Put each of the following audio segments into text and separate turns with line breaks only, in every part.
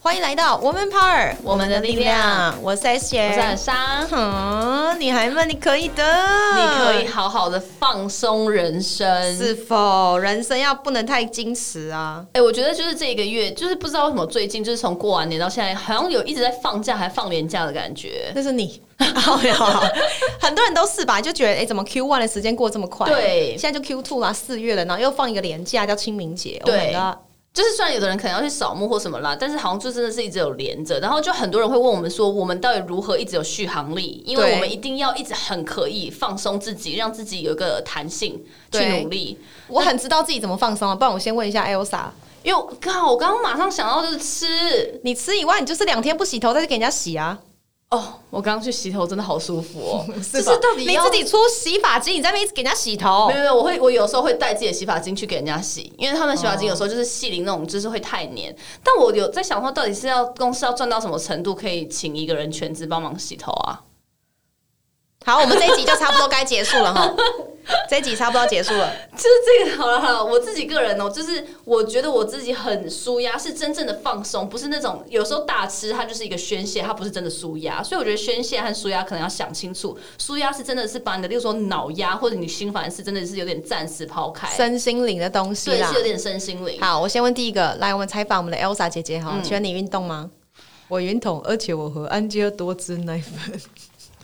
欢迎来到 Woman Power，我们的力量。我是 S 姐，
我是很莎，
嗯，女孩们，你可以的，
你可以好好的放松人生。
是否人生要不能太矜持啊？
哎、我觉得就是这一个月，就是不知道为什么最近就是从过完年到现在，好像有一直在放假，还放年假的感觉。
这是你，好呀，哦很多人都是吧，就觉得哎、诶怎么 Q one 的时间过这么快？
对
现在就 Q two 啦，四月了，然后又放一个年假叫清明节，oh
对
my god
就是虽然有的人可能要去扫墓或什么啦，但是好像就真的是一直有连着。然后就很多人会问我们说，我们到底如何一直有续航力？因为
对
我们一定要一直很可以放松自己，让自己有一个弹性去
对
努力。
我很知道自己怎么放松了，不然我先问一下 Elsa，
因为我刚好我刚刚马上想到就是吃
你吃以外，你就是两天不洗头再去给人家洗啊？
哦，我刚刚去洗头真的好舒 服哦，就是
吧
到底
你
要
自己出洗发精，你在那边一直给人家洗头
没有没有，我会我有时候会带自己的洗发精去给人家洗，因为他们洗发精有时候就是细鳞那种，就是会太黏。但我有在想说，到底是要公司要赚到什么程度，可以请一个人全职帮忙洗头啊？
好，我们这一集就差不多该结束了哈，这一集差不多结束了。
就是这个好了好了，我自己个人哦、就是我觉得我自己很舒压，是真正的放松，不是那种有时候大吃它就是一个宣泄，它不是真的舒压。所以我觉得宣泄和舒压可能要想清楚，舒压是真的是把你的，例如说脑压或者你心烦事，真的是有点暂时抛开，
身心灵的东西
对，
啦
是。有点身心灵。
好，我先问第一个，来，我们采访我们的 Elsa 姐姐哈，请问你运动吗？我运动，而且我和安吉尔多汁奶 粉。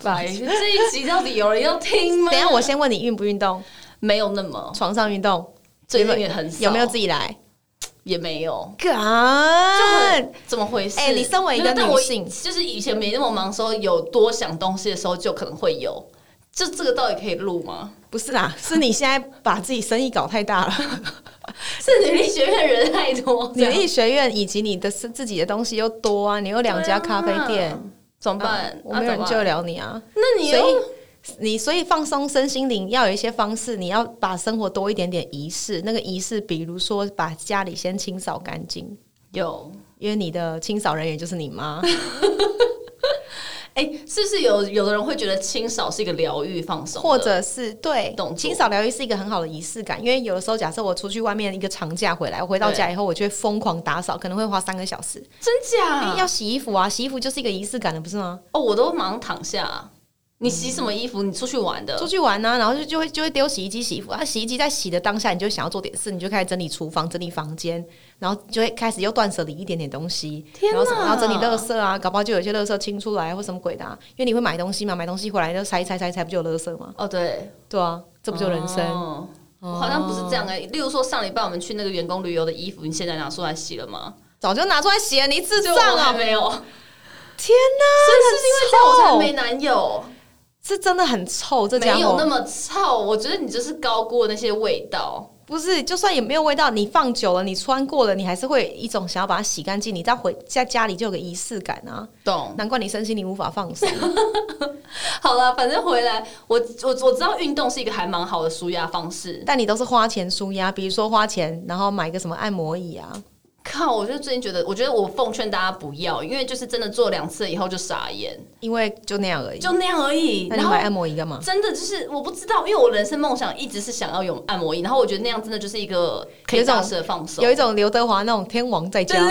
白，这一集到底有人要听吗？
等一下，我先问你运不运动？
没有那么，
床上运动
最近也很少，
有没有自己来？
也没有，就
干
很，怎么回事？
哎你身为一个
没有但我
女性
就是以前没那么忙的时候，有多想东西的时候，就可能会有。就这个到底可以录 吗？
不是啦，是你现在把自己生意搞太大了。
是女力学院人太多，
女
这样
力学院以及你的是自己的东西又多啊，你有两家咖啡店，
对啊怎么
啊
办？
我没有
啊
人救。得了你啊。
怎么办那你
所以
又
你所以放松身心灵要有一些方式，你要把生活多一点点仪式。那个仪式，比如说把家里先清扫干净，
有
因为你的清扫人员就是你 妈。
哎，是不是有有的人会觉得清扫是一个疗愈放松的，
或者是对
动作
清扫疗愈是一个很好的仪式感，因为有的时候假设我出去外面一个长假回来，我回到家以后，我就会疯狂打扫，可能会花三个小时，
真
因为
假
要洗衣服啊，洗衣服就是一个仪式感了，不是吗？
哦，我都马上躺下。你洗什么衣服？你出去玩的
出？去玩啊，然后就就会就会丢洗衣机洗衣服啊，洗衣机在洗的当下，你就想要做点事，你就开始整理厨房、整理房间，然后就会开始又断舍离一点点东西，
天
然后什么
哪
然后整理垃圾啊，搞不好就有一些垃圾清出来或什么鬼的、啊，因为你会买东西嘛，买东西回来就拆一拆拆一拆，不就有垃圾吗？
哦，对，
对啊，这不就人生？嗯
哦我好像不是这样哎、例如说上礼拜我们去那个员工旅游的衣服，你现在拿出来洗了吗？
早就拿出来洗了，你智障
就我还
啊！
没 有，所
天
以是因为这样我
哪，
才
很
没
臭，
男友，
是真的很臭，这
没
家
有那
伙
么臭。我觉得你就是高估了那些味道。
不是，就算也没有味道，你放久了，你穿过了，你还是会有一种想要把它洗干净，你再回在家里就有个仪式感啊。
懂，
难怪你身心灵无法放松。
好了，反正回来，我我我知道运动是一个还蛮好的舒压方式。
但你都是花钱舒压，比如说花钱，然后买个什么按摩椅啊，
靠，我就最近觉得，我觉得我奉劝大家不要，因为就是真的做两次以后就傻眼，
因为就那样而已。
就那样而已。
那你
然后
买按摩椅干嘛？
真的就是我不知道，因为我人生梦想一直是想要有按摩椅，然后我觉得那样真的就是一个可以大肆的放松
有。一种刘德华那种天王在家，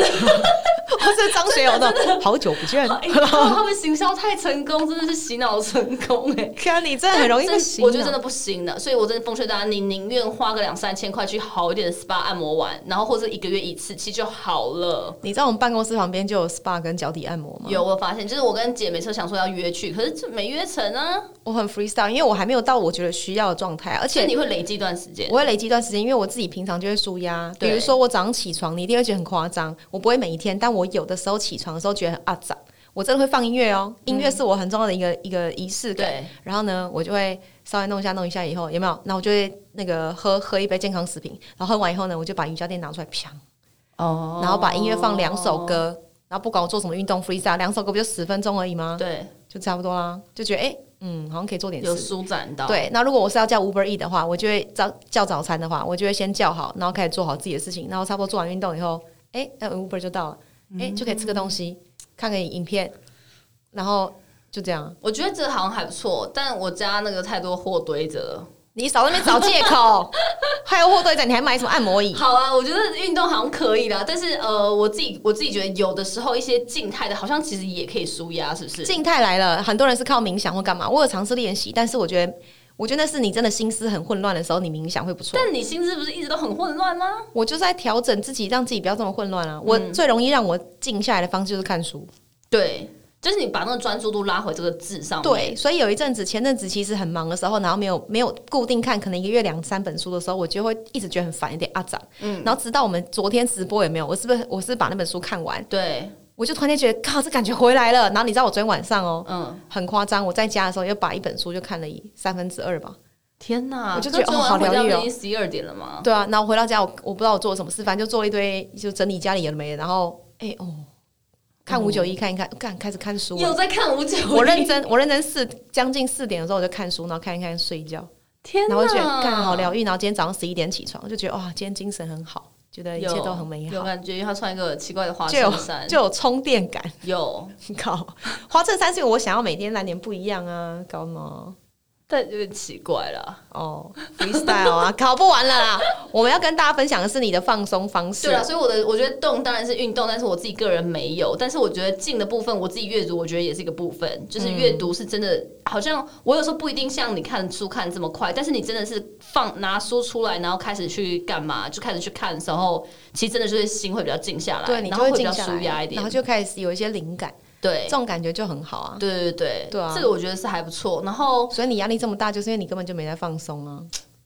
或是张学友那 种好久不见。
哎他们行销太成功，真的是洗脑成功哎、
看啊你真的很容易被
但
洗
我觉得真
脑。
的不行啊的，所以我真的奉劝大家，你宁愿花个两三千块去好一点的 SPA 按摩完，然后或者一个月一次，其实就好了。
你知道我们办公室旁边就有 SPA 跟脚底按摩吗？
有我发现，就是我跟姐每次想说要约去，可是就没约成啊。
我很 freestyle，因为我还没有到我觉得需要的状态，而
而且
且
你会累积一段时间，
我会累积一段时间，因为我自己平常就会舒压。比
对
如说我早上起床，你一定会觉得很夸张，我不会每一天，但我有的时候起床的时候觉得很阿杂，我真的会放音乐哦，音
嗯
乐是我很重要的一个、一个仪式感。
对，
然后呢，我就会稍微弄一下弄一下，以后有没有？那我就会那个喝喝一杯健康食品，然后喝完以后呢，我就把瑜伽垫拿出来，啪，
哦
然后把音乐放两首歌，然后不管我做什么运动，freestyle 两首歌不就十分钟而已吗？
对，
就差不多啦，就觉得哎、诶嗯，好像可以做点
有
事。
舒展到，
对，那如果我是要叫 Uber E 的话，我就会早叫早餐的话，我就会先叫好，然后开始做好自己的事情，然后差不多做完运动以后，哎、呃 Uber 就到了，哎、就可以吃个东西，看个影片，然后就这样。
我觉得这好像还不错，但我家那个太多货堆着了，
你少在那边找借口，还有霍队长，你还买什么按摩椅？
好啊，我觉得运动好像可以啦，但是呃，我自己我自己觉得有的时候一些静态的，好像其实也可以舒压，是不是？
静态来了，很多人是靠冥想或干嘛。我有尝试练习，但是我觉得，我觉得那是你真的心思很混乱的时候，你冥想会不错。
但你心智不是一直都很混乱吗？
我就是在调整自己，让自己不要这么混乱啊。我最容易让我静下来的方式就是看书。
对，就是你把那个专注度拉回这个字上面。
对，所以有一阵子，前阵子其实很忙的时候，然后没有没有固定看，可能一个月两三本书的时候，我就会一直觉得很烦，有点阿长。嗯，然后直到我们昨天直播也没有，我是不是我是把那本书看完，
对，
我就突然间觉得，靠，这感觉回来了。然后你知道我昨天晚上哦、
嗯，
很夸张，我在家的时候又把一本书就看了一三分之二吧。
天哪，
我就觉得
那昨晚
哦好疗
回
愈哦
家不是已经十一二点了吗？
对啊，然后回到家我我不知道我做了什么事，反正就做了一堆就整理家里有的没的，然后哎、哦，看五九一看一看，干开始看书了。
又在看五九，
我认。真，我认真四将近四点的时候我就看书，然后看一看睡觉，
天哪，
然后就觉得干好疗愈，然后今天早上十一点起床，就觉得哇，今天精神很好，觉得一切都很美
有
好，
感觉，因为他穿一个奇怪的花
就有
衬衫，
就有充电感。
有，
靠，花衬衫是因为我想要每天来点不一样啊，搞嘛
但有点奇怪啦。
哦，freestyle 啊，搞不完了啦。我们要跟大家分享的是你的放松方式
对。啊，所以我的我觉得动当然是运动，但是我自己个人没有。但是我觉得静的部分，我自己阅读，我觉得也是一个部分。就是阅
嗯
读是真的，好像我有时候不一定像你看书看这么快，但是你真的是放拿书出来，然后开始去干嘛，就开始去看的时候，其实真的就是心会比较静下来，
对你
然
就
后
会
会比
静
较
下
舒压
来
一，点
然后。就开始有一些灵感，
对
这，种感觉就很好啊。
对对对
对啊
这个我觉得是还不错。然后
所以你压力这么大，就是因为你根本就没在放松啊。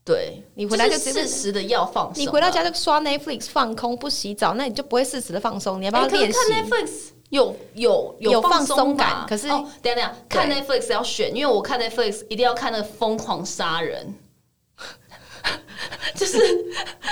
对，
你回来就是直接
适时的要放松啊。
你回到家就刷 Netflix 放空不洗澡，那你就不会适时的放松。你要不要
哎可是
练习？
看 Netflix 有有
有
放
放松
吧
感可是
哦，等
对
一下等一下，看 Netflix 要选，因为我看 Netflix 一定要看那个疯狂杀人，就是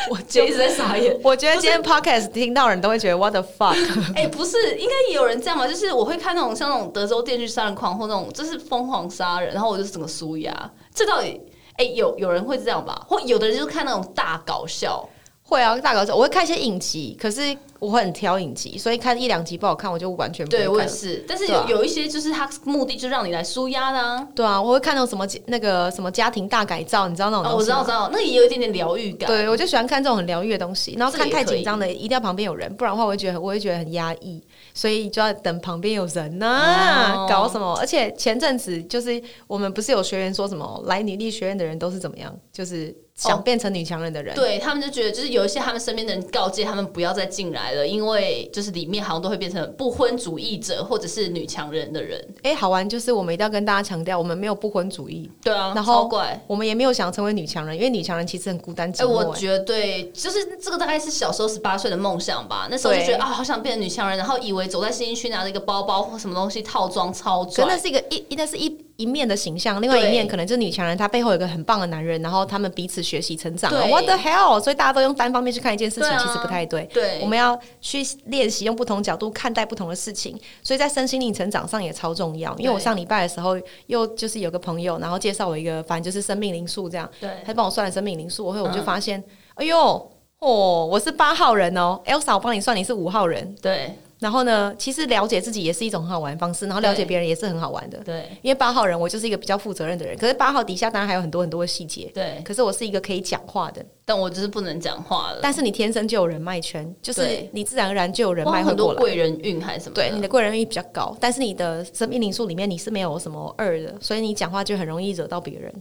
我
姐一直在傻眼。
我觉得今天 podcast 听到的人都会觉得 what the fuck，
哎、不是，应该也有人这样吧？就是我会看那种像那种德州电锯杀人狂或那种就是疯狂杀人，然后我就是整个舒压。这到底哎、有有人会这样吧？或有的人就是看那种大搞笑，
会啊，大搞笑。我会看一些影集，可是我会很挑影集，所以看一两集不好看，我就完全不
对
会
我也
看了。
是。但是有、
对啊
有一些就是他目的就让你来舒压的、啊。
对啊，我会看那种什么家那个什么家庭大改造，你知道那种东
哦，
西
我知道，
吗
我知道，那个也有一点点疗愈感。
对，我就喜欢看这种很疗愈的东西，然后
这个
看
也
太
可以
紧张的，一定要旁边有人，不然的话我会觉得我会觉得很压抑，所以就要等旁边有人呐、
哦
搞什么？而且前阵子就是我们不是有学员说什么来女力学院的人都是怎么样，就是想变成女强人的人，
对他们就觉得，就是有一些他们身边的人告诫他们不要再进来了，因为就是里面好像都会变成不婚主义者或者是女强人的人。
哎、好玩，就是我们一定要跟大家强调，我们没有不婚主义，
对啊，
然后
超怪。
我们也没有想成为女强人，因为女强人其实很孤单寂
哎、
寞、欸
我
诶
绝对就是这个，大概是小时候十八岁的梦想吧。那时候就觉
对
得啊，好想变成女强人，然后以为走在新一区拿着一个包包或什么东西套装超
可是那
拽。
是一个一一那是一一面的形象，另外
对
一面可能就是女强人，她背后有一个很棒的男人，然后他们彼此学习成长啊。
对
What the hell！所以大家都用单方面去看一件事情
对，啊
其实不太对。
对
我，们要去练习用不同角度看待不同的事情，所以在身心灵成长上也超重要。因为我
对
上礼拜的时候，又就是有个朋友，然后介绍我一个，反正就是生命灵数这样，
对
他帮我算了生命灵数，我会我就
嗯
发现，哎呦。哦，我是八号人哦，Elsa，我帮你算你是五号人。
对
然后呢，其实了解自己也是一种很好玩的方式，然后了解
对
别人也是很好玩的。
对
因为八号人，我就是一个比较负责任的人。可是八号底下当然还有很多很多的细节，
对，
可是我是一个可以讲话的。
但我就是不能讲话了。
但是你天生就有人脉圈，就是
对
你自然而然就有人
我
脉
有
会
很
过
多
来。
贵人运还是什么的？
对，你的贵人运比较高，但是你的生命灵数里面你是没有什么二的，所以你讲话就很容易惹到别人。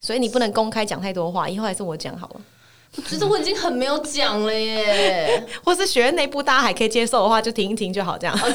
所以你不能公开讲太多话，以后还是我讲好了。
我觉得我已经很没有讲了耶。
或是学院内部大家还可以接受的话，就停一停就好，这样。哦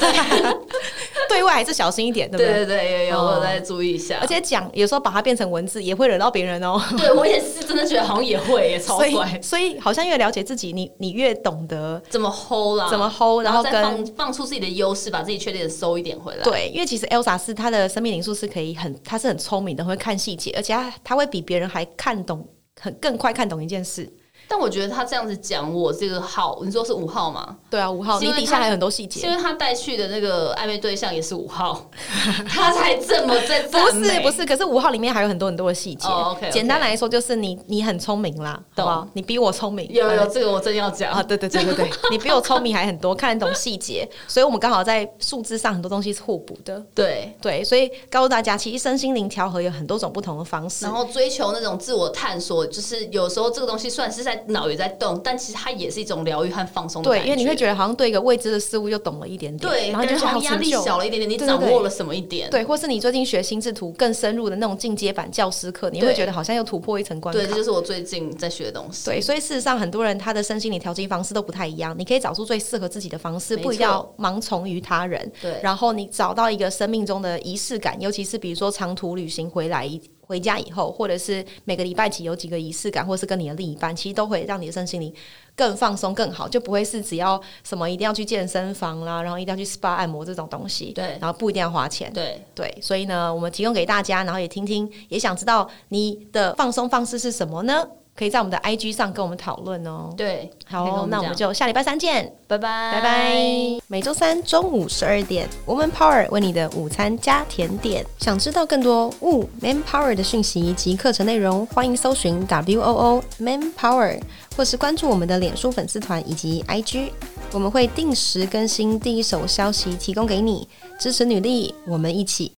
对外还是小心一点，对不
对
对？
对对，有有，
哦
我有在注意一下
而。且讲有时候把它变成文字，也会惹到别人 哦。
对我也是真的觉得好像也会耶，超
所
怪
以，，所以好像越了解自己，你你越懂得
怎么 hold 啦，
怎么 hold，然后啊
再
跟
放放出自己的优势，把自己缺点收一点回来。
对，因为其实 Elsa 是她的生命灵数是可以很，她是很聪明的，会看细节，而且她她会比别人还看懂，很更快看懂一件事。
但我觉得他这样子讲我这个号，你说是五号吗？
对啊，五号，
是
你
因为
底下
他
还有很多细
是
节。
因为他带去的那个暧昧对象也是五号， 他才这么在
不
赞
是
美
不，是，可是五号里面还有很多很多的细节。
哦，OK，OK
简单来说就是你你很聪明啦，好
懂
不好？你比我聪明，
有有
反
有
正
这个我真要讲
啊，对对对对 对，你比我聪明还很多，看得懂细节，所以我们刚好在数字上很多东西是互补的。
对。
对，所以告诉大家，其实身心灵调和有很多种不同的方式
然。后追求那种自我探索，就是有时候这个东西虽然是在脑也在动，但其实它也是一种疗愈和放松的
对，
感
因为你会觉得好像对一个未知的事物又懂了一点点，
对，
然后你就觉
感
得
觉
好
好像压
成
力
就。
小了一点点，你
对对
掌
对
握了什么一点？
对，或是你最近学心智图更深入的那种进阶版教师课，你会
对
觉得好像又突破一层关卡
对，。这就是我最近在学的东西。
对，所以事实上，很多人他的身心理调剂方式都不太一样。你可以找出最适合自己的方式，
没
不一定要盲从于他人。
对
然后你找到一个生命中的仪式感，尤其是比如说长途旅行回来一回家以后，或者是每个礼拜几有几个仪式感，或是跟你的另一半，其实都会让你的身心灵更放松、更好，就不会是只要什么一定要去健身房啦，然后一定要去 SPA 按摩这种东西，
对
然后不一定要花钱。
对，
对，所以呢，我们提供给大家，然后也听听，也想知道你的放松方式是什么呢？可以在我们的 IG 上跟我们讨论哦。
对，
好
可以跟
哦，那我们
讲
就下礼拜三见，
拜拜，
拜拜。每周三中午十二点，Woman Power 为你的午餐加甜点。想知道更多 Wo Man Power 的讯息及课程内容，欢迎搜寻 W O O Man Power，或是关注我们的脸书粉丝团以及 IG。我们会定时更新第一手消息，提供给你支持女力，我们一起。